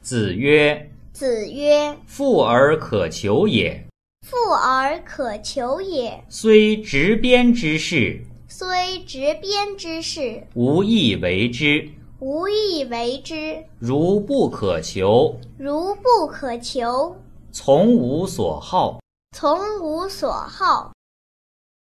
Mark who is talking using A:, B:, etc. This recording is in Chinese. A: 子曰
B: 子曰：“
A: 富而可求也，：“
B: 富而可求也，
A: 虽执鞭之事，
B: 虽执鞭之事，
A: 无以为之。
B: 无以为之。
A: 如不可求，
B: 如不可求，
A: 从无所好。”
B: 从无所好。”